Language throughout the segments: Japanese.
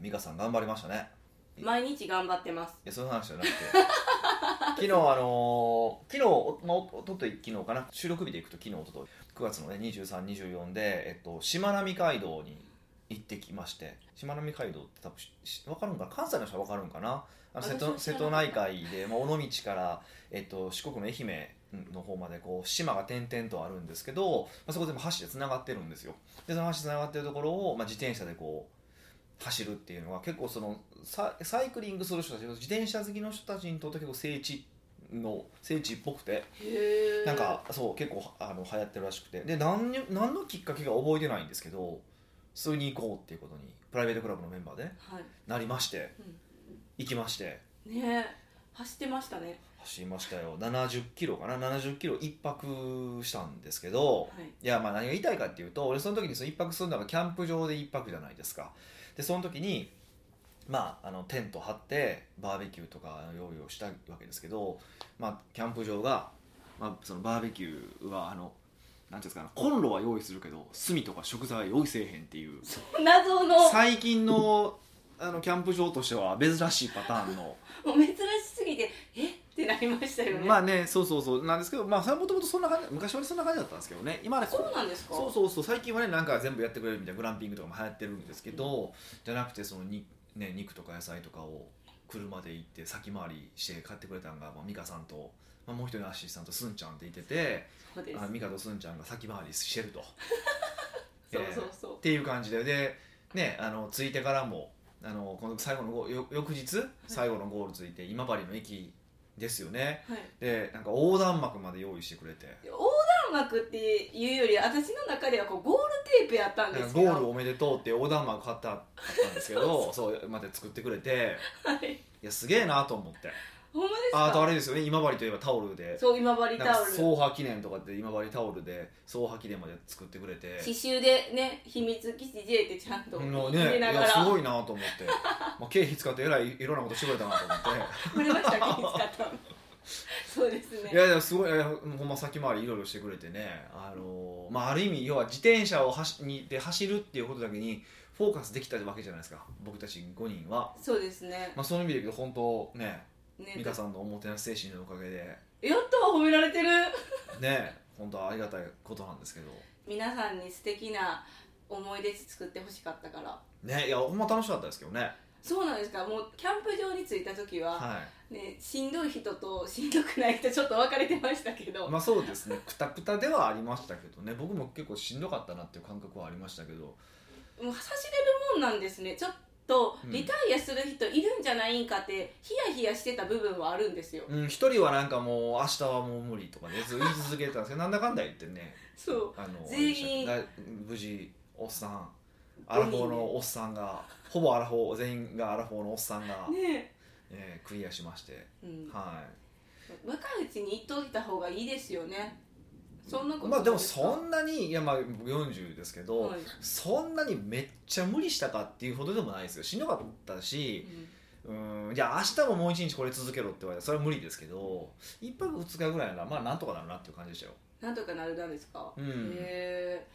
美香さん頑張りましたね毎日頑張ってますいやそういう話じゃなくて昨日あのー昨日お,、まあ、おおととい昨日かな収録日で行くと昨日おととい9月のね2324で、えっと、しまなみ海道に行ってきましてしまなみ海道って多分しし分かるんかな関西の人は分かるんかなあの瀬戸私瀬は知ら戸なかっ内た海で、まあ、尾道から、えっと、四国の愛媛の方までこう島が点々とあるんですけど、まあ、そこでも橋でつながってるんですよでその橋つながってるところを、まあ、自転車でこう走るっていうのは結構そのササイクリングする人たち自転車好きの人たちにとって結構聖地の聖地っぽくてへえなんかそう結構あの流行ってるらしくてで何に何のきっかけか覚えてないんですけどそれに行こうっていうことにプライベートクラブのメンバーでねはい、なりましてう行きましてん、ねえ走ってましたね走りましたよ70キロかな70キロ一泊したんですけどはいいやまあ何が言いたいかっていうと俺その時にその一泊するのがキャンプ場で一泊じゃないですかでその時にまああのテント張ってバーベキューとか用意をしたわけですけどまあキャンプ場が、まあ、そのバーベキューはあのなんていうんですかねコンロは用意するけど炭とか食材は用意せえへんっていう謎の最近のあのキャンプ場としては珍しいパターンのもう珍しすぎてえってなりましたよね、まあねそうそうそうなんですけどまあそれはもともとそんな感じ昔はそんな感じだったんですけどね今はねそうなんですかそうそうそう最近はねなんか全部やってくれるみたいなグランピングとかも流行ってるんですけど、じゃなくてそのに、ね、肉とか野菜とかを車で行って先回りして買ってくれたのが、まあ、美香さんと、まあ、もう一人のアシスタントすんちゃんっていててそうですあ美香とすんちゃんが先回りしてると。そうえーそうそうっていう感じでで、ね、あの着いてからもあのこの最後のゴーよ翌日最後のゴール着いて今治の駅ですよねはいでなんか横断幕まで用意してくれて横断幕っていうより私の中ではこうゴールテープやったんなんでかすゴよールおめでとうって横断幕貼ってあったんですけ どそうまで作ってくれてはいいやすげえなと思ってほんまですああかとあれですよね今治といえばタオルでそう今治なんタかオル総破記念とかって今治タオルで総破記念まで作ってくれて刺繍でね秘密基地 J ってちゃんとの入ねれいながやらすごいなと思って、まあ、経費使ってえらいいろんなことしてくれたなと思って。 触れましたか気使ったのそうですいねやいやすごいいやほんま先回りいろいろしてくれてね、あのーまあ、ある意味要は自転車を走にで走るっていうことだけにフォーカスできたわけじゃないですか僕たち5人は、そうですねまあ、そういう意味で言うと本当ねね美香さんのおもてなし精神のおかげでやった褒められてるね本当ありがたいことなんですけど皆さんに素敵な思い出作ってほしかったからねいやほんま楽しかったですけどねそうなんですかもうキャンプ場に着いた時は、はね、しんどい人としんどくない人ちょっと分かれてましたけど、いまあそうですねくたくたではありましたけどね僕も結構しんどかったなっていう感覚はありましたけどもう走れるもんなんですねちょっとうんリタイアする人いるんじゃないんかってヒヤヒヤしてた部分はあるんですようん一人はなんかもう明日はもう無理とかねずっと言い続けてたんですけど なんだかんだ言ってねそうあの全員あれでしたねだ無事おっさんアラフォーのおっさんがほぼアラフォー全員がアラフォーのおっさんが、ねえークリアしまして、え、うん、は若いうちに言っといた方がいいですよねそんなことい、まあでもすかそんなにいやまあ僕40ですけど、はいそんなにめっちゃ無理したかっていうほどでもないですよしんどかったしうんうんじゃあ明日ももう一日これ続けろって言われたらそれは無理ですけど1泊2日ぐらいならまあなんとかなるなっていう感じでしたよ、なんとかなるなんですか、うんへえ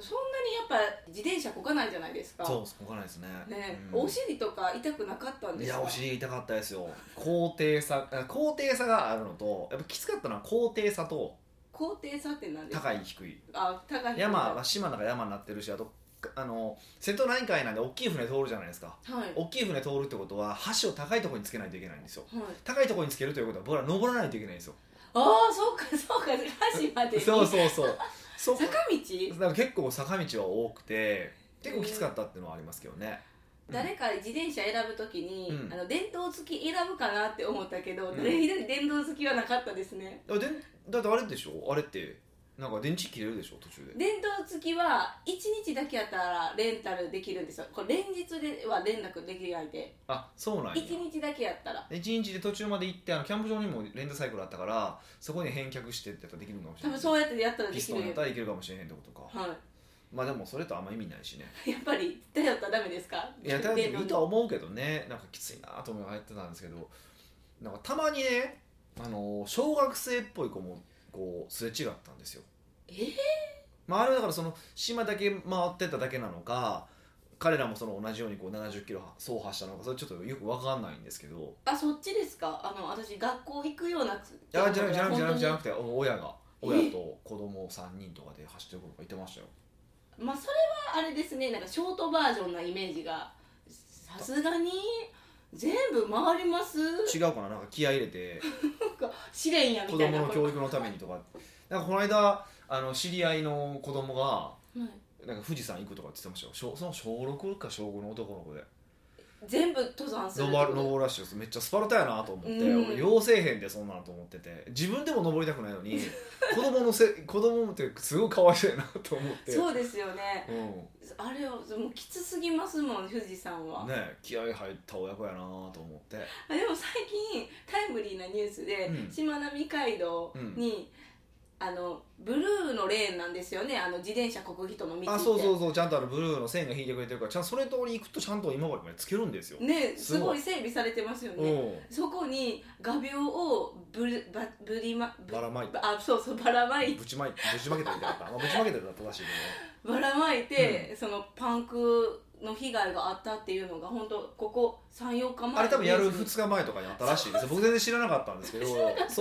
そんなにやっぱ自転車こかないじゃないですかそう動かないですねね、うんお尻とか痛くなかったんでいすかやお尻痛かったですよ高低差あ高低差があるのとやっぱきつかったのは高低差と高低差って何ですか高い低いあ高い山はは島の中山になってるしあとかあの瀬戸内海なんで大きい船通るじゃないですかいはい大きい船通るってことは橋を高いところにつけないといけないんですよ高いところにつけるということは僕ら登らないといけないんですよああそうか そうか橋までにそうそう そうそう坂道だから結構坂道は多くて結構きつかったっていうのはありますけどね、うん誰か自転車選ぶときに、うんあの電動付き選ぶかなって思ったけど、うん誰一人電動付きはなかったですねだからでだってあれでしょあれってなんか電池切れるでしょ途中で電動付きは1日だけやったらレンタルできるんですよこれ連日では連絡できないであそうなんや1日だけやったらで一日で途中まで行ってあのキャンプ場にもレンタサイクルあったからそこに返却してってやったらできるのかもしれな多い分そうやってやったらでピきストンるやよったらいけるかもしれへんってことかはまあでもそれとあんま意味ないしねい、 やっぱり頼ったらダメですかいやだってい電動いとは思うけどねなんかきついなと思いながらやってたんですけどなんかたまにねあの小学生っぽい子もこうすれ違ったんですよえーまああれはだからその島だけ回ってただけなのか彼らもその同じようにこう70キロ走破したのかそれちょっとよくわかんないんですけどあそっちですかあの私学校行くようなついやじゃなくじゃなくじゃなくじゃな本くてお親がえ親と子供3人とかで走ってる子とかいてましたよ当にまあそれはあれですねなんかショートバージョンなイメージがさすがに全部回ります違うかななんか気合い入れてなんか試練 やみ子たい供なの教育のためにとかなんかこの間あの知り合いの子供がはいなんか富士山行くとかって言ってましたよ小その小6か小5の男の子で全部登山するってこ登ると登るらしいですめっちゃスパルタやなと思って、うん俺ようせえへんでそんなのと思ってて自分でも登りたくないの に子供のせ子供ってすごいかわいそうやなと思ってそうですよねうん、あれはもうきつすぎますもん富士山は、ね気合い入った親子やなと思ってあでも最近タイムリーなニュースで、うんしまなみ海道に、あのブルーのレーンなんですよねあの自転車国技との道ってあそうそうそうちゃんとあのブルーの線が引いてくれてるからちゃんとそれ通り行くとちゃんと今までまでつけるんですよ、ねすすごごいい整備されてますようね、んそこに画鋲をぶりばぶりまぶばらまいてあそうそうばらまいぶちまいぶちまけてみたかった、まあ、ぶちまけてるのは正しいけばらまいて、そのパンクの被害があったっていうのが本当ここ34日前どあれ多分やるニュースに2日前とかにあったらしい です僕全然知らなかったんですけどそ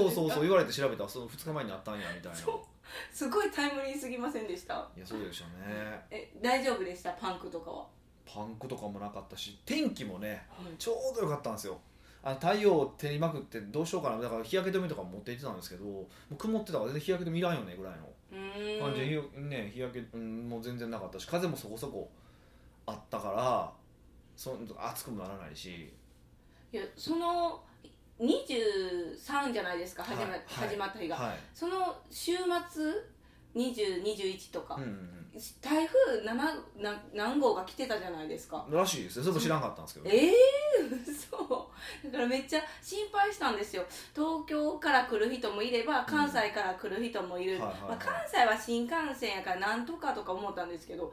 うそうそう言われて調べたらその2日前にあったんやみたいない そすごいタイムリーすぎませんでしたやそうでしょうねえ大丈夫でしたパンクとかは、パンクとかもなかったし天気もねちょうどよかったんですよあの太陽を手にまくってどうしようかなだから日焼け止めとかも持って行ってたんですけどもう曇ってたから全然日焼け止めいらんよねぐらいのうーん感じで、日ね、日焼け、うん、もう全然なかったし風もそこそこあったからそん暑くもならないしいやその23じゃないですか始ま,、はい始まった日が、はい、その週末2021とか、うんうん台風7な何号が来てたじゃないですかうん、らしいですよそれも知らんかったんですけど、ええー、そうだからめっちゃ心配したんですよ東京から来る人もいれば関西から来る人もいる、はいはいはいまあ、関西は新幹線やからなんとかとか思ったんですけど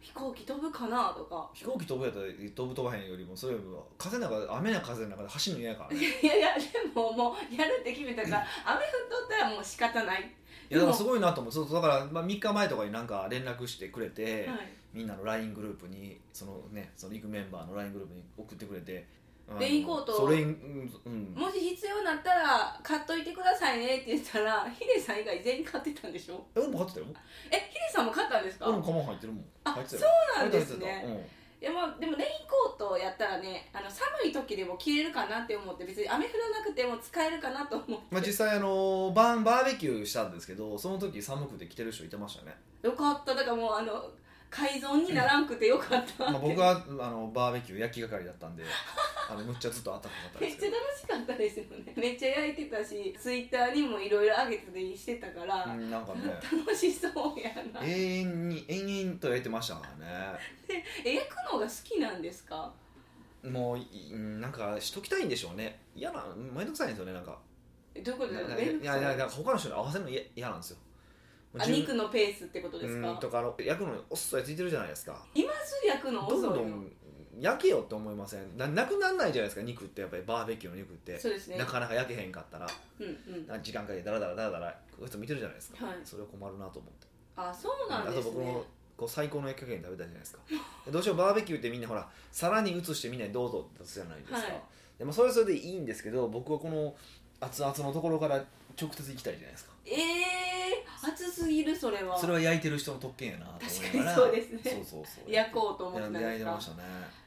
飛行機飛ぶかなとか飛行機飛ぶやったら飛ぶ飛ばへんよりもそれよりも風の中雨な風の中で走るの嫌やからねいやいやでももうやるって決めたから雨降っとったらもう仕方ない、いやだからすごいなと思うそうそうだから、まあ、3日前とかになんか連絡してくれて、はいみんなの LINE グループにそのねその行くメンバーの LINE グループに送ってくれてあのレインコートをそうレインうん、うん、もし必要になったら買っといてくださいねって言ったら ヒデさん以外全員買ってたんでしょえ俺も買ってたよえヒデさんも買ったんですか、俺もカバン入ってるもんあ入ってたよそうなんです入ってたね入っていやまあでもレインコートやったらねあの寒い時でも着れるかなって思って別に雨降らなくても使えるかなと思ったて、うんまあ、実際あのバンバーベキューしたんですけどその時寒くて来てる人いてましたね、よかっただからもうあの改造にならんくてよかった、まあ、僕はあのバーベキュー焼き係だったんであのむっちゃずっと暖かかったん めでっすちけ ゃど楽しかったですよねめっちゃ焼いてたしツイッターにもいろいろ上げてたりしてたから、うんなんかね楽しそうやな永遠に延々と焼いてましたからねえ焼くのが好きなんですかもういうんなんかしときたいんでしょうね嫌なめんどくさいんですよねなんかえどういうことですかいやいやなんか他の人に合わせるの嫌嫌なんですよあ自分肉のペースってことですうんかとかあの焼くのに遅いついてるじゃないですか今すぐ焼くのどん遅いのどん焼けよって思いませんななくならないじゃないですか肉ってやっぱりバーベキューの肉って、そうですねなかなか焼けへんかったらうんうんなんか時間かけてダラダラダラダラこいつ見てるじゃないですか、はいそれは困るなと思ってあそうなんあでとす僕ねもこう最高の焼き加減食べたじゃない ですかどうしようバーベキューってみんなほら皿に移してみんなにどうぞって出すじゃないですか、はいでもそれはそれでいいんですけど僕はこの熱々のところから直接行きたいじゃないですかえー、熱すぎるそれはそれは焼いてる人の特権やなと思いながら確かにそうですねそうそうそう焼こうと思ってたん焼でいすてかましたね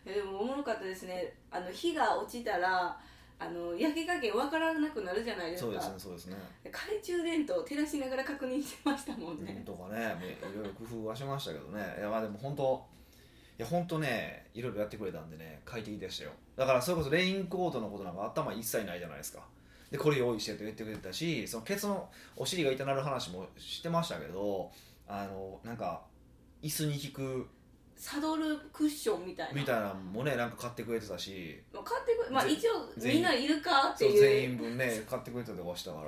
いやでもおもろかったですねあの火が落ちたらあの焼き加減わからなくなるじゃないですかそうですねそうですね懐中電灯を照らしながら確認してましたもんうんね、とかねもういろいろ工夫はしましたけどねいやまあでも本当いや本当ねいろいろやってくれたんでね快適でしたよだからそれこそレインコートのことなんか頭一切ないじゃないですかでこれ用意してと言ってくれてたしそのケツのお尻が痛なる話もしてましたけどあのなんか椅子に引くサドルクッションみたいなみたいなのもねなんか買ってくれてたしまあ買ってくまあぜ一応全員みんないるかってそういう全員分ね買ってくれてたりとかしたか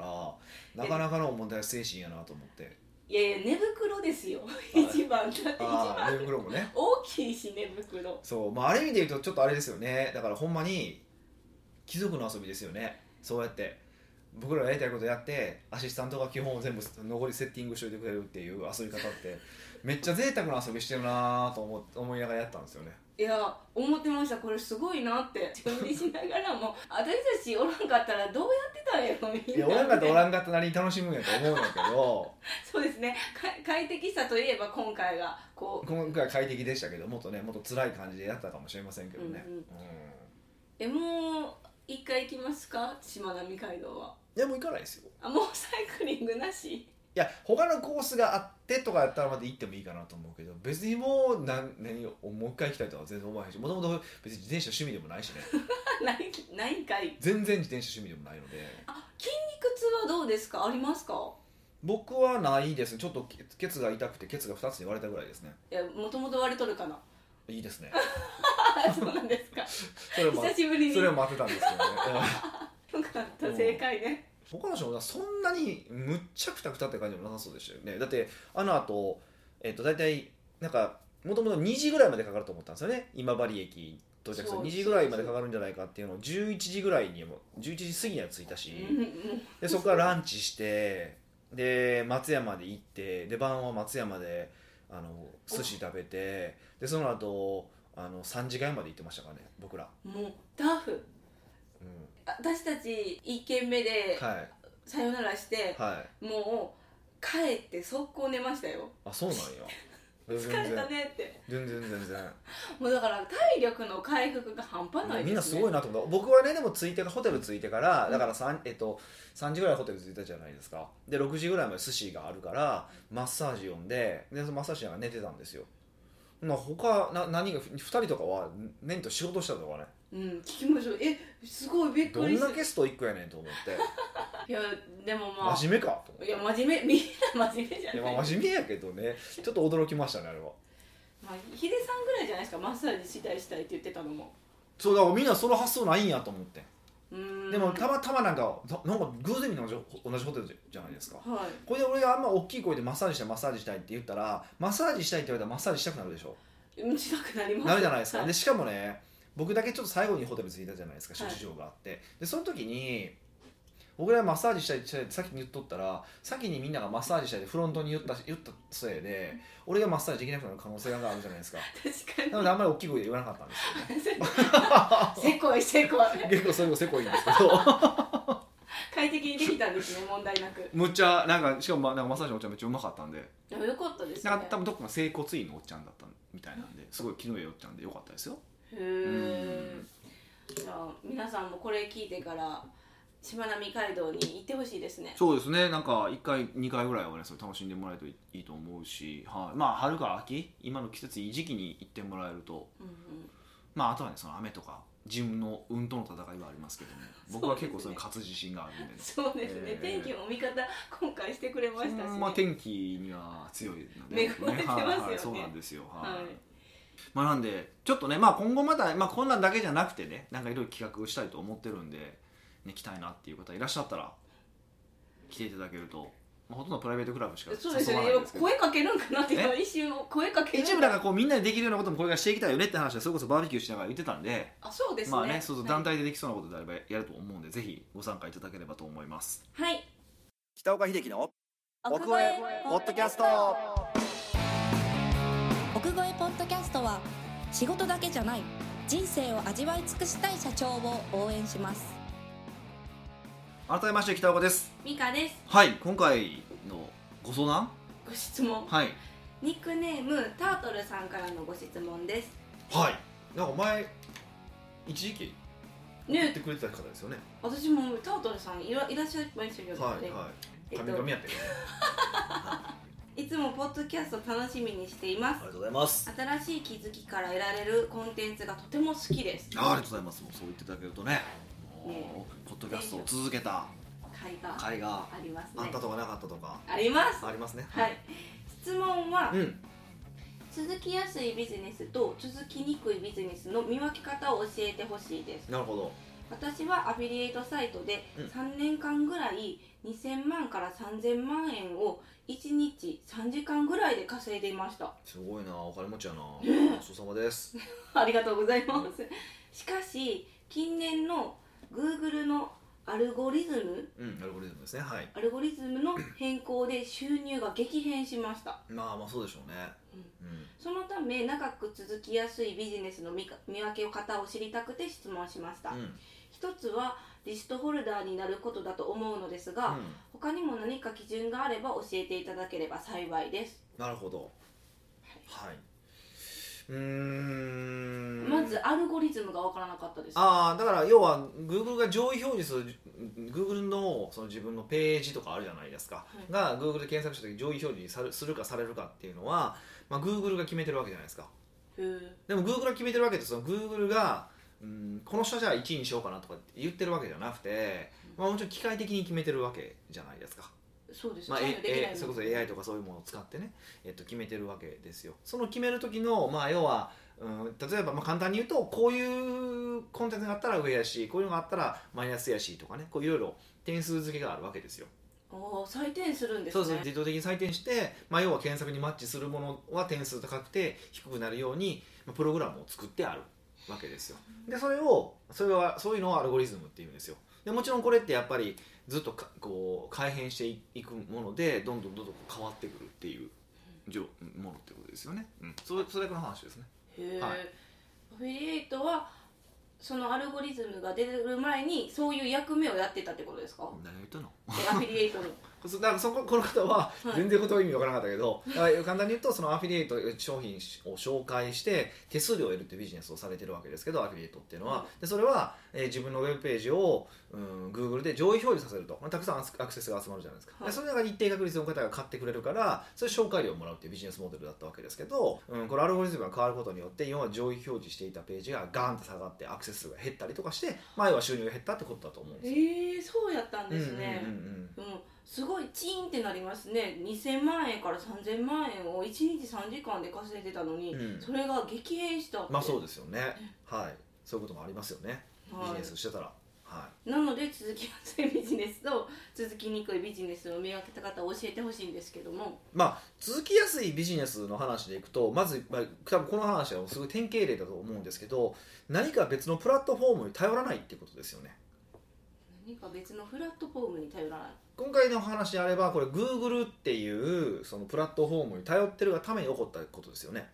らなかなかの問題精神やなと思っていやいや寝袋ですよい一番だって一ああ寝番袋もね大きいし寝袋そう、まあ、ある意味で言うとちょっとあれですよねだからほんまに貴族の遊びですよねそうやって僕らがやりたいことやってアシスタントが基本を全部残りセッティングしておいてくれるっていう遊び方ってめっちゃ贅沢な遊びしてるなと思思いながらやったんですよねいや思ってましたこれすごいなって準備しながらも私たちおらんかったらどうやってたんやろみいんやなおらんかったらおらんかったなりに楽しむんやと思うんだけど そうですねか快適さといえば今回がこう今回は快適でしたけどもっとねもっと辛い感じでやったかもしれませんけどね、うんうんうえもう一回行きますかしまなみ海道はんいやもう行かないですよあもうサイクリングなしいや他のコースがあってとかやったらまた行ってもいいかなと思うけど別にもう何何をもう一回行きたいとは全然思わへんしもともと別に自転車趣味でもないしねあないないんかい全然自転車趣味でもないのであ筋肉痛はどうですかありますか僕はないですねちょっとケケツが痛くてケツが2つに割れたぐらいですねいやもともと割れとるかな いいですねあそうなんですかそれも久しぶりにそれよも当てたんですけどねかった正解ね他の人もそんなにむっちゃくたくたって感じもなさそうでしたよねだってあのあと、えっと大体なんかもともと2時ぐらいまでかかると思ったんですよね今治駅到着すそるう2時ぐらいまでかかるんじゃないかっていうのを11時ぐらいにはもう11時過ぎには着いたし、うんうんでそこからランチしてで松山で行ってで晩は松山であの寿司食べてでその後あの3時ぐらいまで行ってましたからね僕ら、もうタフうん、私たち1軒目ではいさよならして、はいもう帰って速攻寝ましたよあそう なんや全疲然れたねって全然全然もうだから体力の回復が半端ないですねみんなすごいなと思った僕はねでも着いてホテル着いてからだから 3,、えっと、3時ぐらいホテル着いたじゃないですかで6時ぐらいまで寿司があるからマッサージ呼んででそのマッサージしながら寝てたんですよまあ他な何が2人とかは年と仕事したとかねうん聞きましょうえすごいびっどくりんしだたけストイックやねんと思っていやでも まあ真面目かと思っいてや真面目 みんな真面目じゃいなやいまあ真面目やけどねちょっと驚きましたねあれはまあ、ヒデさんぐらいじゃないですかマッサージしたいしたいって言ってたのもそうだからみんなその発想ないんやと思ってうーんでもたはまたまなんかななんか偶然に同じ同じホテルじゃないですかいこれで俺があんま大きい声でマッサージしたいマッサージしたいって言ったらマッサージしたいって言われたらマッサージしたくなるでしょうんしたくなりますなるじゃないですかはいでしかもね僕だけちょっと最後にホテル着いたじゃないですか諸はい事情があって、でその時に僕らマッサージしたいって先に言っとったら先にみんながマッサージしたいってフロントに言った言ったせいで俺がマッサージできなくなる可能性があるじゃないですかな確かのであんまり大きい声で言わなかったんです よねに せこいせこい結構そういうのせこいんですけど快適にできたんですね問題なくむっちゃなんかしかもまなんかマッサージのおっちゃんめっちゃうまかったんででもよかったですねなんか多分どっかの整骨院のおっちゃんだったみたいなんですごい気のいいおっちゃんでよかったですよへうえんじゃあ皆さんもこれ聞いてからしまなみ海道に行ってほしいですねそうですねなんか1回2回ぐらいはねそれ楽しんでもらえるといいと思うし、はい、まあ春から秋今の季節いい時期に行ってもらえるとうんうんまああとはねその雨とか自分の運との戦いはありますけどね僕は結構それ勝つ自信があるんでねそうですね、えー天気も味方今回してくれましたし、ねまあ天気には強いの恵まれてますよねはいはいそうなんですよはい、はいまあなんでちょっとねまあ今後また、まあ、こんなんだけじゃなくてねなんかいろいろ企画したいと思ってるんで、ね、来たいなっていう方いらっしゃったら来ていただけると、まあ、ほとんどプライベートクラブしかそうです誘よわねないんですけど声かけるんかなって今一瞬声かける一部なんかこうみんなでできるようなこともこれからしていきたいよねって話はそれこそバーベキューしながら言ってたんであそうですね,、まあねそうそうは団い体でできそうなことであればやると思うんで、ぜひご参加いただければと思いますはい北岡秀樹の奥越えポッドキャスト奥越えポッドキャストは仕事だけじゃない人生を味わい尽くしたい社長を応援します改めまして北岡ですミカですはい今回のご相談ご質問はいニックネームタートルさんからのご質問ですはいなんか前一時期言っねてくれてた方ですよね私もタートルさんいらいらっしゃいましたよね、はいはいえっ神と々やってる ねはいいつもポッドキャスト楽しみにしていまありすがとうございます新しい気づきから得られるコンテンツがとても好きですあありがとうございますもうそう言っていただけるとねもうポッドキャストを続けた会があ回がりますあっねたとかなかったとかありますありますねはい質問は、うん続きやすいビジネスと続きにくいビジネスの見分け方を教えてほしいですなるほど私はアフィリエイトサイトでうん3年間ぐらい2000万から3000万円を1日3時間ぐらいで稼いでいましたすごいなお金持ちやなごちそうさまですありがとうございますしかし近年の Google のアルゴリズムうんアルゴリズムですねはいアルゴリズムの変更で収入が激変しましたまあまあそうでしょうねううんそのため長く続きやすいビジネスの見か見分け方を知りたくて質問しました、うん一つはリストホルダーになることだと思うのですが、うん他にも何か基準があれば教えていただければ幸いです、なるほどはいはいうーんまずアルゴリズムが分からなかったですああだから要は Google が上位表示する Google のその自分のページとかあるじゃないですか、はいが Google で検索した時上位表示にさるするかされるかっていうのは、まあ、Google が決めてるわけじゃないですかふうでも Google が決めてるわけでその Google がうんこの人はじゃあ1位にしようかなとかって言ってるわけじゃなくて、まあ、もちろん機械的に決めてるわけじゃないですか、そうです、まあ関与できないええそれこそ AI とかそういうものを使ってね、えっと、決めてるわけですよその決める時の、まあ、要は、うん、例えばまあ簡単に言うとこういうコンテンツがあったら上やしこういうのがあったらマイナスやしとかねこういろいろ点数付けがあるわけですよおー採点するんですそねうですね自動的に採点して、まあ、要は検索にマッチするものは点数高くて低くなるように、まあ、プログラムを作ってあるわけですよでそれをそれはそういうのをアルゴリズムっていうんですよでもちろんこれってやっぱりずっとかこう改変していいくものでどんどんどんどんこう変わってくるっていうじょものってことですよね、うん、それそれだけの話ですねへえ、はいアフィリエイトはそのアルゴリズムが出る前にそういう役目をやってたってことですか何を言ったのえアフィリエイトのそだからそこ この方ははい全然言葉意味わからなかったけど、だから簡単に言うとそのアフィリエイト商品を紹介して手数料を得るっていうビジネスをされてるわけですけどアフィリエイトっていうのは、でそれは、えー自分のウェブページを、うん、Google で上位表示させると、まあ、たくさんアスアクセスが集まるじゃないですか、はいでそれの中に一定確率の方が買ってくれるからそれ紹介料をもらうっていうビジネスモデルだったわけですけど、うん、これアルゴリズムが変わることによって今まで上位表示していたページがガーンと下がってアクセス数が減ったりとかして前は収入が減ったってことだと思うんですよ。へえそうやったんですねうんうんうんうんうんすごいチーンってなりますね2000万円から3000万円を1日3時間で稼いでたのに、うんそれが激変したってまあそうですよね。はい。そういうこともありますよね。ビはいジネスしてたら。はなので続きやすいビジネスと続きにくいビジネスを見分けた方を教えてほしいんですけどもい。まあ続きやすいビジネスの話でいくと、まずまあ多分この話はすごい典型例だと思うんですけど、何か別のプラットフォームに頼らないっていうことですよね。何か別のフラットフォームに頼らない今回の話であればこれ Google っていうそのプラットフォームに頼ってるがために起こったことですよね。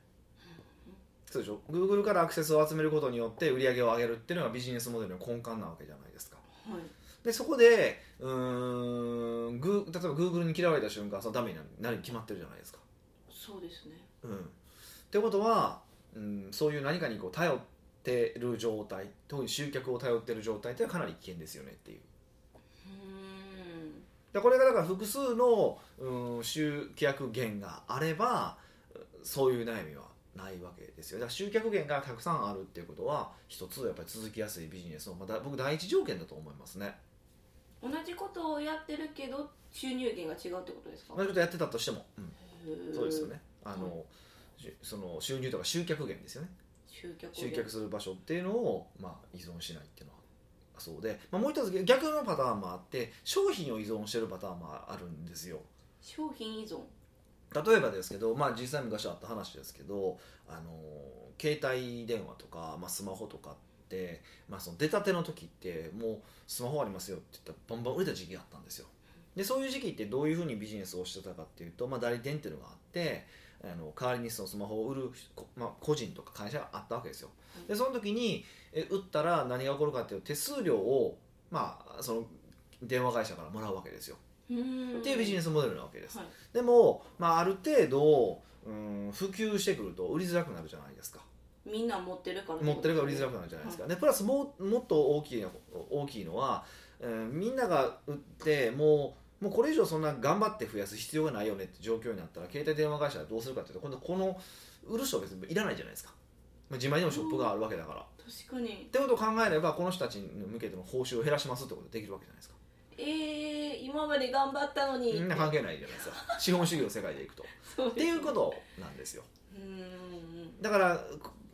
そうでしょ Google からアクセスを集めることによって売り上げを上げるっていうのがビジネスモデルの根幹なわけじゃないですか。はいでそこでうーんグー例えば Google に嫌われた瞬間そのダメになるに決まってるじゃないですか。そうですねうん、ってことは、うん、そういう何かにこう頼ってる状態特に集客を頼ってる状態ってのはかなり危険ですよねっていう。うーんでこれがだから複数の、うん、集客源があればうんそういう悩みはないわけですよだから集客源がたくさんあるっていうことは一つやっぱり続きやすいビジネスの、まあだ、僕第一条件だと思いますね。同じことをやってるけど収入源が違うってことですか同じことやってたとしても。うんそうですよね。あの、はしその収入とか集客源ですよね。集客集客する場所っていうのをまあ依存しないっていうのは。そうで、まあ、もう一つ逆のパターンもあって商品を依存してるパターンもあるんですよ商品依存例えばですけど、まあ、実際昔あった話ですけどあの携帯電話とか、まあ、スマホとかって、まあ、その出たての時ってもうスマホありますよって言ったらバンバン売れた時期があったんですよでそういう時期ってどういうふうにビジネスをしてたかっていうと、まあ、代理店っていうのがあってあの代わりにそのスマホを売る、こまあ、個人とか会社があったわけですよでその時にえ売ったら何が起こるかっていうと手数料を、まあ、その電話会社からもらうわけですよっていうビジネススモデルなわけですはいでも、まあ、ある程度、うん、普及してくると売りづらくなるじゃないですかみんな持ってるから持ってるから売りづらくくなるじゃないですか、でプラスもうもっと大きいの大きいのは、うん、みんなが売ってもうもうこれ以上そんな頑張って増やす必要がないよねって状況になったら携帯電話会社はどうするかっていうと今度この売る人は別にいらないじゃないですか、まあ、自前にもショップがあるわけだから、っ確かにてことを考えればこの人たちに向けての報酬を減らしますってことができるわけじゃないですかえー、今まで頑張ったのにみんな関係ないじゃないですか資本主義の世界でいくとっそうっていうことなんですようーんだから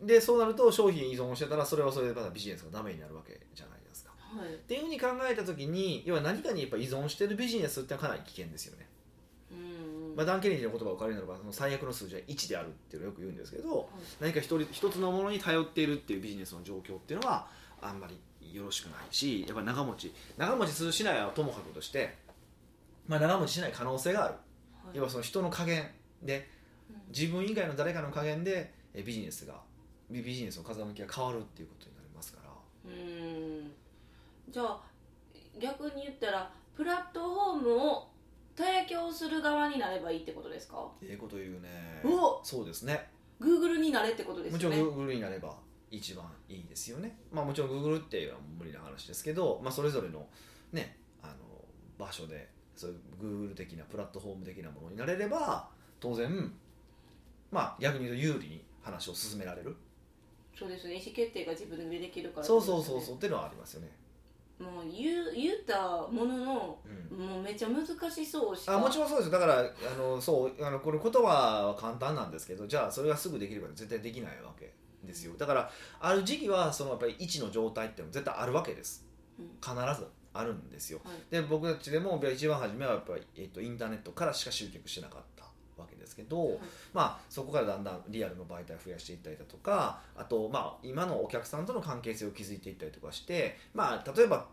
でそうなると商品依存してたらそれはそれでまたビジネスがダメになるわけじゃないですかはいっていうふうに考えた時に要は何かにやっぱ依存してるビジネスってのはかなり危険ですよね、うーんまあ、ダン・ケネディの言葉を借りるならばその最悪の数字は1であるっていうのをよく言うんですけど何か一人一つのものに頼っているっていうビジネスの状況っていうのはあんまりよろしくないしやっぱ長持ち長持ちするしないはともかくとして、まあ、長持ちしない可能性があるはい要はその人の加減で自分以外の誰かの加減でえビジネスがビビジネスの風向きが変わるっていうことになりますからうんじゃあ逆に言ったらプラットフォームを提供する側になればいいってことですかええこと言うねおそうですね Google になれってことですもちよろんね Google になれば一番いいですよねまあもちろん Google っていうのは無理な話ですけど、まあ、それぞれのねあの場所でそういう Google 的なプラットフォーム的なものになれれば当然まあ逆に言うと有利に話を進められるそうですね意思決定が自分でできるからそうそうそううそうっていうのはありますよね、もう言う言ったもののうん、もうめっちゃ難しそうしかあもちろんそうですよだからあのそうあのこれ言葉は簡単なんですけどじゃあそれがすぐできれば絶対できないわけですよだからある時期はそのやっぱり位置の状態っていうのも絶対あるわけですうん必ずあるんですよ、はいで僕たちでも一番初めはやっぱり、えっとインターネットからしか集客してなかったわけですけど、はいまあ、そこからだんだんリアルの媒体を増やしていったりだとかあと、まあ、今のお客さんとの関係性を築いていったりとかして、まあ、例えば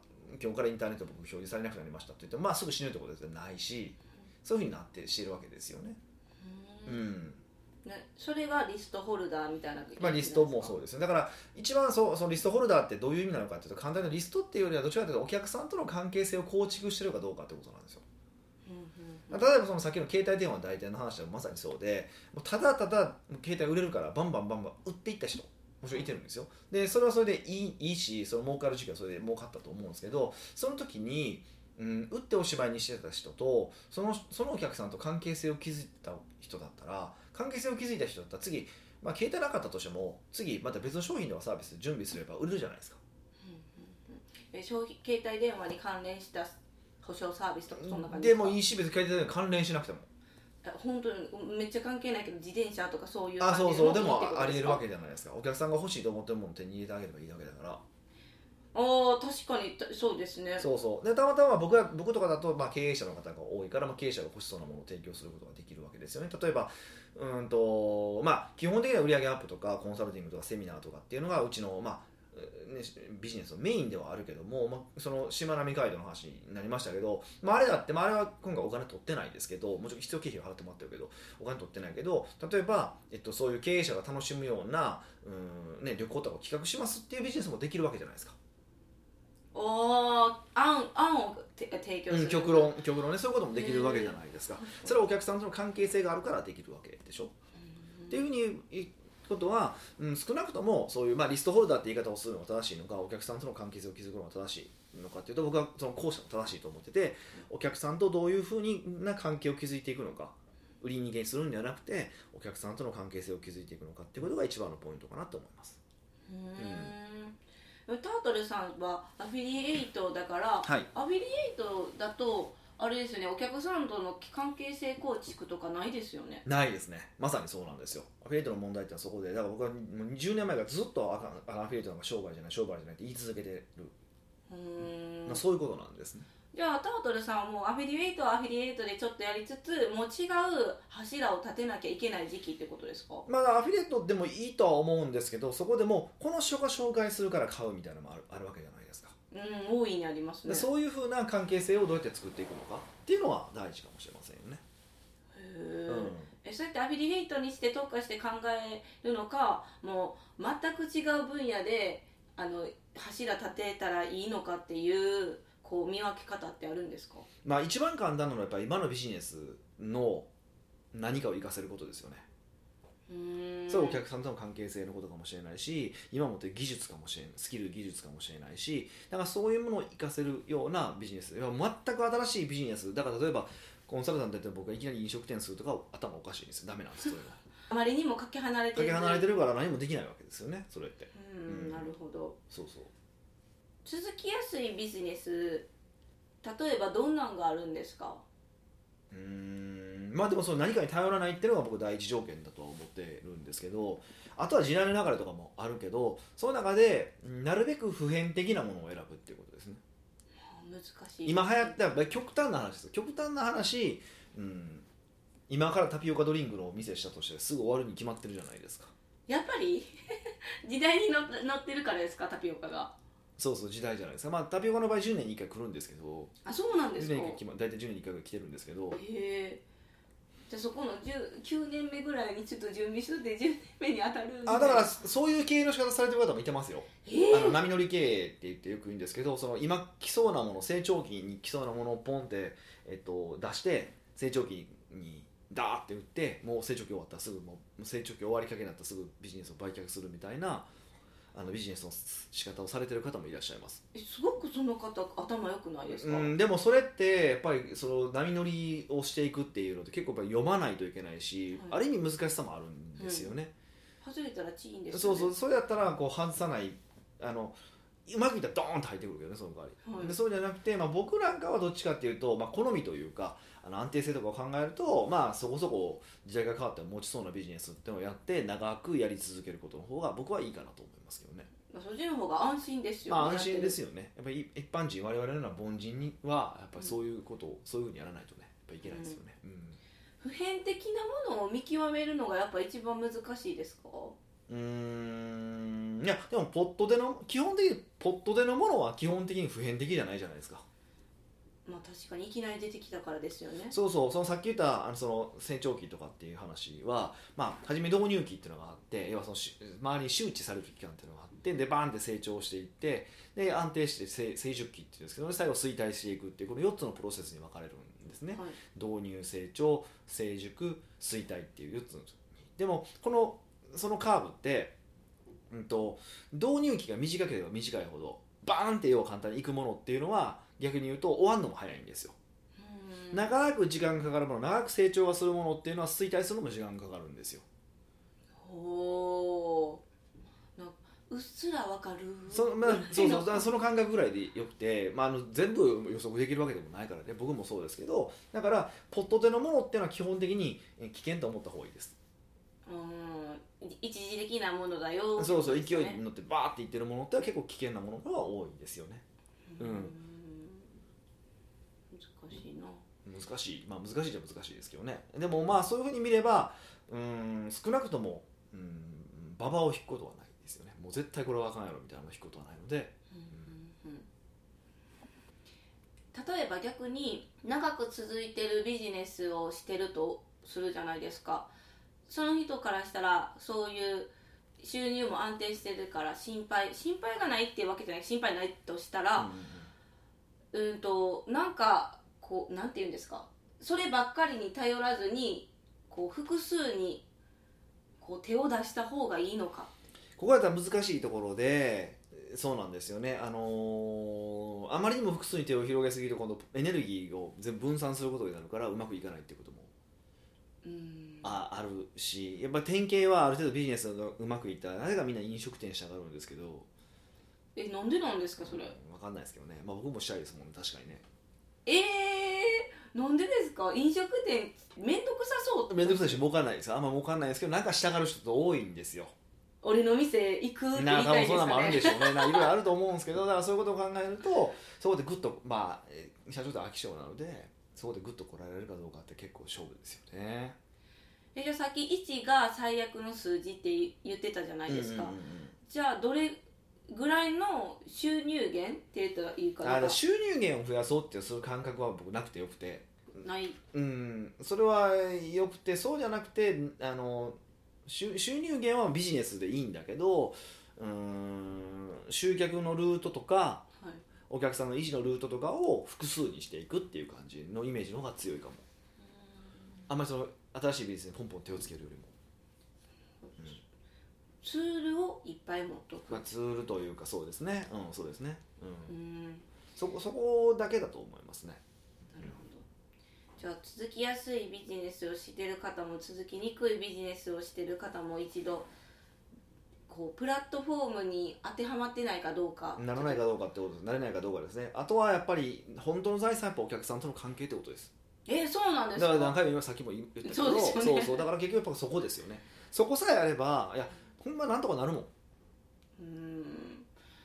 今日からインターネット僕表示されなくなりましたと言っても、まあ、すぐ死ぬってことではないしそういうふうになってしているわけですよね。ううんんねそれがリストホルダーみたいなまあ、リストもそううですねだから一番そうそのリストホルダーってどういう意味なのかっていうと簡単にリストっていうよりはどちらかというとお客さんとの関係性を構築してるかどうかってことなんですよ。例えばその先の携帯電話の代替の話はまさにそうでもうただただ携帯売れるからバンバンバンバン売っていった人もちろんいてるんですよでそれはそれでいいいいしその儲かる時期はそれで儲かったと思うんですけどその時に、うん、売ってお芝居にしてた人とそのそのお客さんと関係性を築いた人だったら関係性を築いた人だったら次、まあ、携帯なかったとしても次また別の商品とかサービス準備すれば売れるじゃないですかえ消費携帯電話に関連した保証サービスとかそんな感じでもいいいし別に携帯電話に関連しなくても本当にめっちゃ関係ないけど自転車とかそういうあそうそうでも関係のあいいりえってことすかるわけじゃないですかお客さんが欲しいと思ってるものを手に入れてあげればいいだけだからああ確かにたそうですねそうそうでたまたま僕ら僕とかだと、まあ、経営者の方が多いから、まあ、経営者が欲しそうなものを提供することができるわけですよね例えばうーんとまあ基本的には売上アップとかコンサルティングとかセミナーとかっていうのがうちのまあうね、ビジネスのメインではあるけども、まあ、そのしまなみ海道の話になりましたけど、まあ、あれだって、まあ、あれは今回お金取ってないですけどもちろん必要経費は払ってもらってるけどお金取ってないけど例えば、えっと、そういう経営者が楽しむようなうーん、ね、旅行とかを企画しますっていうビジネスもできるわけじゃないですか。ああ案案をて提供する、うん、極論極論ねそういうこともできるわけじゃないですか、それはお客さんとの関係性があるからできるわけでしょ、うんっていうふうに言うことは、うん、少なくともそういう、まあ、リストホルダーって言い方をするのが正しいのかお客さんとの関係性を築くのが正しいのかっていうと僕はその後者も正しいと思っててお客さんとどういうふうな関係を築いていくのか売り逃げするんではなくてお客さんとの関係性を築いていくのかっていうことが一番のポイントかなと思いますうーんタートルさんはアフィリエイトだからはいアフィリエイトだとあれですよねお客さんとの関係性構築とかないですよねないですねまさにそうなんですよアフィリエイトの問題ってのはそこでだから僕はもう20年前からずっとあかんあのアフィリエイトなんか商売じゃない商売じゃないって言い続けてる、うーんまあ、そういうことなんですねじゃあタートルさんはもうアフィリエイトはアフィリエイトでちょっとやりつつもう違う柱を立てなきゃいけない時期ってことですかまあアフィリエイトでもいいとは思うんですけどそこでもうこの人が紹介するから買うみたいなのもあるあるわけじゃないですかうん大いにありますでねそういうふうな関係性をどうやって作っていくのかっていうのは大事かもしれませんよね、へうーんえそうやってアフィリエイトにして特化して考えるのかもう全く違う分野であの柱立てたらいいのかっていうこう見分け方ってあるんですかまあ一番簡単なのはやっぱり今のビジネスの何かを活かせることですよねうーんそれはお客さんとの関係性のことかもしれないし今持ってる技術かもしれないスキル技術かもしれないしだからそういうものを活かせるようなビジネスいや全く新しいビジネスだから例えばコンサルタントやって僕がいきなり飲食店するとか頭おかしいんですよダメなんです それはあまりにもかけ離れてかけ離れてるるから何もできないわけですよねそれってううんんなるほどそうそう続きやすいビジネス例えばどんなんがあるんですかうーんまあでもその何かに頼らないっていうのが僕第一条件だとは思ってるんですけどあとは時代の流れとかもあるけどその中でうんなるべく普遍的なものを選ぶっていうことですねあ難しい今流行ってやっぱり極端な話ですよ極端な話、うん、今からタピオカドリンクのお店したとしてすぐ終わるに決まってるじゃないですかやっぱり 時代に乗っ乗ってるからですかタピオカがそうそう時代じゃないですか、まあ、タピオカの場合10年に1回来るんですけどあそうなんで10すか年に1回大体10年に1回が来てるんですけどへえじゃあそこの10 9年目ぐらいにちょっと準備しとって10年目に当たるみたいなあだからそういう経営の仕方されてる方もいてますよえーあの波乗り経営って言ってよく言うんですけどその今来そうなもの成長期に来そうなものをポンって、えっと、出して成長期にダーって売ってもう成長期終わったらすぐもう成長期終わりかけになったらすぐビジネスを売却するみたいなあのビジネスの仕方をされてる方もいらっしゃいますえすごくその方頭良くないですか、うん、でもそれってやっぱりその波乗りをしていくっていうのって結構やっぱり読まないといけないし、はあいる意味難しさもあるんですよね、外れたらチーンですそうそううそれやったらこう外さないあのうまくいったらドーンと入ってくるけどねその代わり、はいでそうじゃなくて、まあ、僕なんかはどっちかっていうと、まあ、好みというかあの安定性とかを考えると、まあ、そこそこ時代が変わっても持ちそうなビジネスっていうのをやって長くやり続けることの方が僕はいいかなと思いますけどね、そっちの方が安心ですよ、まあ、安心ですよよねやっぱり一般人我々のような凡人にはやっぱりそういうことを、そういうふうにやらないとねやっぱいけないですよね、うん普遍的なものを見極めるのがやっぱ一番難しいですかうーんいやでもポットでの基本的にポットでのものは基本的に普遍的じゃないじゃないですかまあ確かにいきなり出てきたからですよねそうそうそのさっき言ったあのその成長期とかっていう話は、まあ、初め導入期っていうのがあって要はそのし周りに周知される期間っていうのがあってでバーンって成長していってで安定して成成熟期っていうんですけど、最後衰退していくっていうこの4つのプロセスに分かれるんですね。はい導入成長成熟衰退っていう4つのでもこのそのカーブって、うん、と導入期が短ければ短いほどバーンってよう簡単にいくものっていうのは逆に言うと終わるのも早いんですようん長く時間がかかるもの長く成長がするものっていうのは衰退するのも時間がかかるんですよほうなんかうっすらわかるそ,、まあ、そうそうだからうその感覚ぐらいでよくて、まあ、あの全部予測できるわけでもないからね僕もそうですけどだからポット手のものっていうのは基本的にえ危険と思った方がいいです うん一時的なものだよそうそうって勢こといですねに乗ってバーっていってるものっては結構危険なものが多いんですよねうん難しいな難しいまあ難しいじゃ難しいですけどねでもまあそういうふうに見ればうん少なくともうん馬場を引くことはないですよねもう絶対これはあかんやろみたいなのを引くことはないのでうんうんうん例えば逆に長く続いてるビジネスをしてるとするじゃないですかその人からしたらそういう収入も安定してるから心配心配がないっていうわけじゃない心配ないとしたら、うんうんうんうんとなんかこうなんて言うんですかそればっかりに頼らずにこう複数にこう手を出した方がいいのかここだったら難しいところでそうなんですよねあのーあまりにも複数に手を広げすぎると今度エネルギーを全部分散することになるからうまくいかないっていうこともうんああるしやっぱ典型はある程度ビジネスがうまくいったらなぜかみんな飲食店したがるんですけどえなんでなんですかそれ分かんないですけどね、まあ、僕もしたいですもんね確かにねえー、なんでですか飲食店めんどくさそう面倒くさいし儲かんないですよあんま儲かんないですけどなんかしたがる人って多いんですよ俺の店行くって言いな多た分いですそんなかんもあるんねでし ょうねないろいろあると思うんですけどだからそういうことを考えるとそこでグッとまあえー社長と飽き性なのでそこでグッとこられるかどうかって結構勝負ですよねえじゃあさっき1が最悪の数字って言ってたじゃないですか、うんうんうんじゃあどれぐらいの収入源って言ったらいいかだなから収入源を増やそうっていうそういう感覚は僕なくてよくてないうんそれはよくてそうじゃなくてあの収収入源はビジネスでいいんだけどうーん集客のルートとかはいお客さんの維持のルートとかを複数にしていくっていう感じのイメージの方が強いかもあんまりその新しいビジネスにポンポン手をつけるよりも、ツールをいっぱい持っとく、まあ、ツールというかそうですねうんそうですね、うんうんなるそこそこだけだと思いますねほどじゃあ続きやすいビジネスをしてる方も続きにくいビジネスをしてる方も一度こうプラットフォームに当てはまってないかどうかならないかどうかってことですなれないかどうかですねあとはやっぱり本当の財産はやっぱお客さんとの関係ってことですえーそうなんだですかから何回も今さっきも言ったけどそうですよねそうそうだから結局やっぱそこですよねそこさえあればいやほんまなんとかなるもんうーん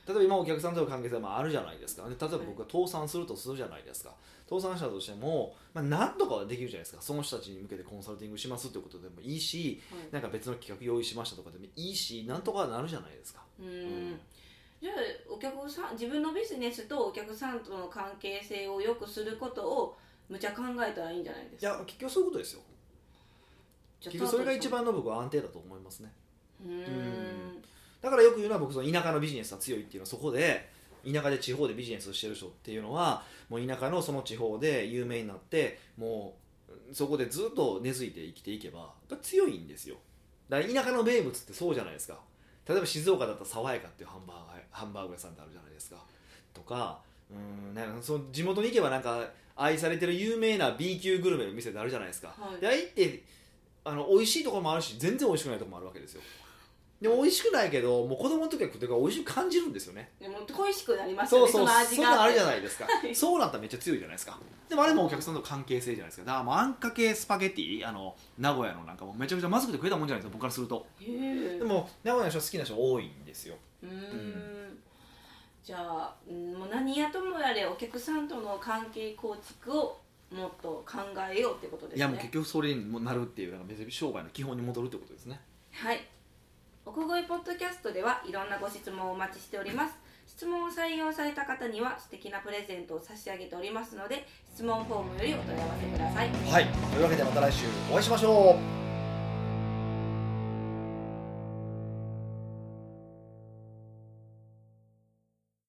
例えば今お客さんとの関係性もあるじゃないですかで例えば僕が倒産するとするじゃないですか倒産したとしても、まあ、何とかはできるじゃないですかその人たちに向けてコンサルティングしますってことでもいいしはいなんか別の企画用意しましたとかでもいいしなんとかはなるじゃないですかうーんじゃあお客さん自分のビジネスとお客さんとの関係性を良くすることをむちゃ考えたらいいんじゃないでいすかや結局そういうことですよじゃあ結局それがタート一ルさん番の僕は安定だと思いますねうーんだからよく言うのは僕その田舎のビジネスは強いっていうのはそこで田舎で地方でビジネスをしてる人っていうのはもう田舎のその地方で有名になってもうそこでずっと根付いて生きていけばやっぱ強いんですよだから田舎の名物ってそうじゃないですか例えば静岡だったら爽やかっていうハンバーガーハンバーグ屋さんってあるじゃないですかとかうんなんかその地元に行けばなんか愛されてる有名な B 級グルメの店ってあるじゃないですか、はいであれってあの美味しいところもあるし全然美味しくないところもあるわけですよでも美味しくないけどもう子供の時は食ってるから美味しく感じるんですよねでも恋しくなりますそようねそうの味そんなんがあるじゃないですか、はいそうなったらめっちゃ強いじゃないですかでもあれもお客さんとの関係性じゃないですかだからもうあんかけスパゲティあの名古屋のなんかもうめちゃめちゃまずくて食えたもんじゃないですか僕からするとへーでも名古屋の人好きな人多いんですようーんじゃあうんもう何やともやれお客さんとの関係構築をもっと考えようってことですねいやもう結局それにもなるっていうなんか別に商売の基本に戻るってことですねはいおこごいポッドキャストではいろんなご質問をお待ちしております質問を採用された方には素敵なプレゼントを差し上げておりますので質問フォームよりお問い合わせくださいはいというわけでまた来週お会いしましょう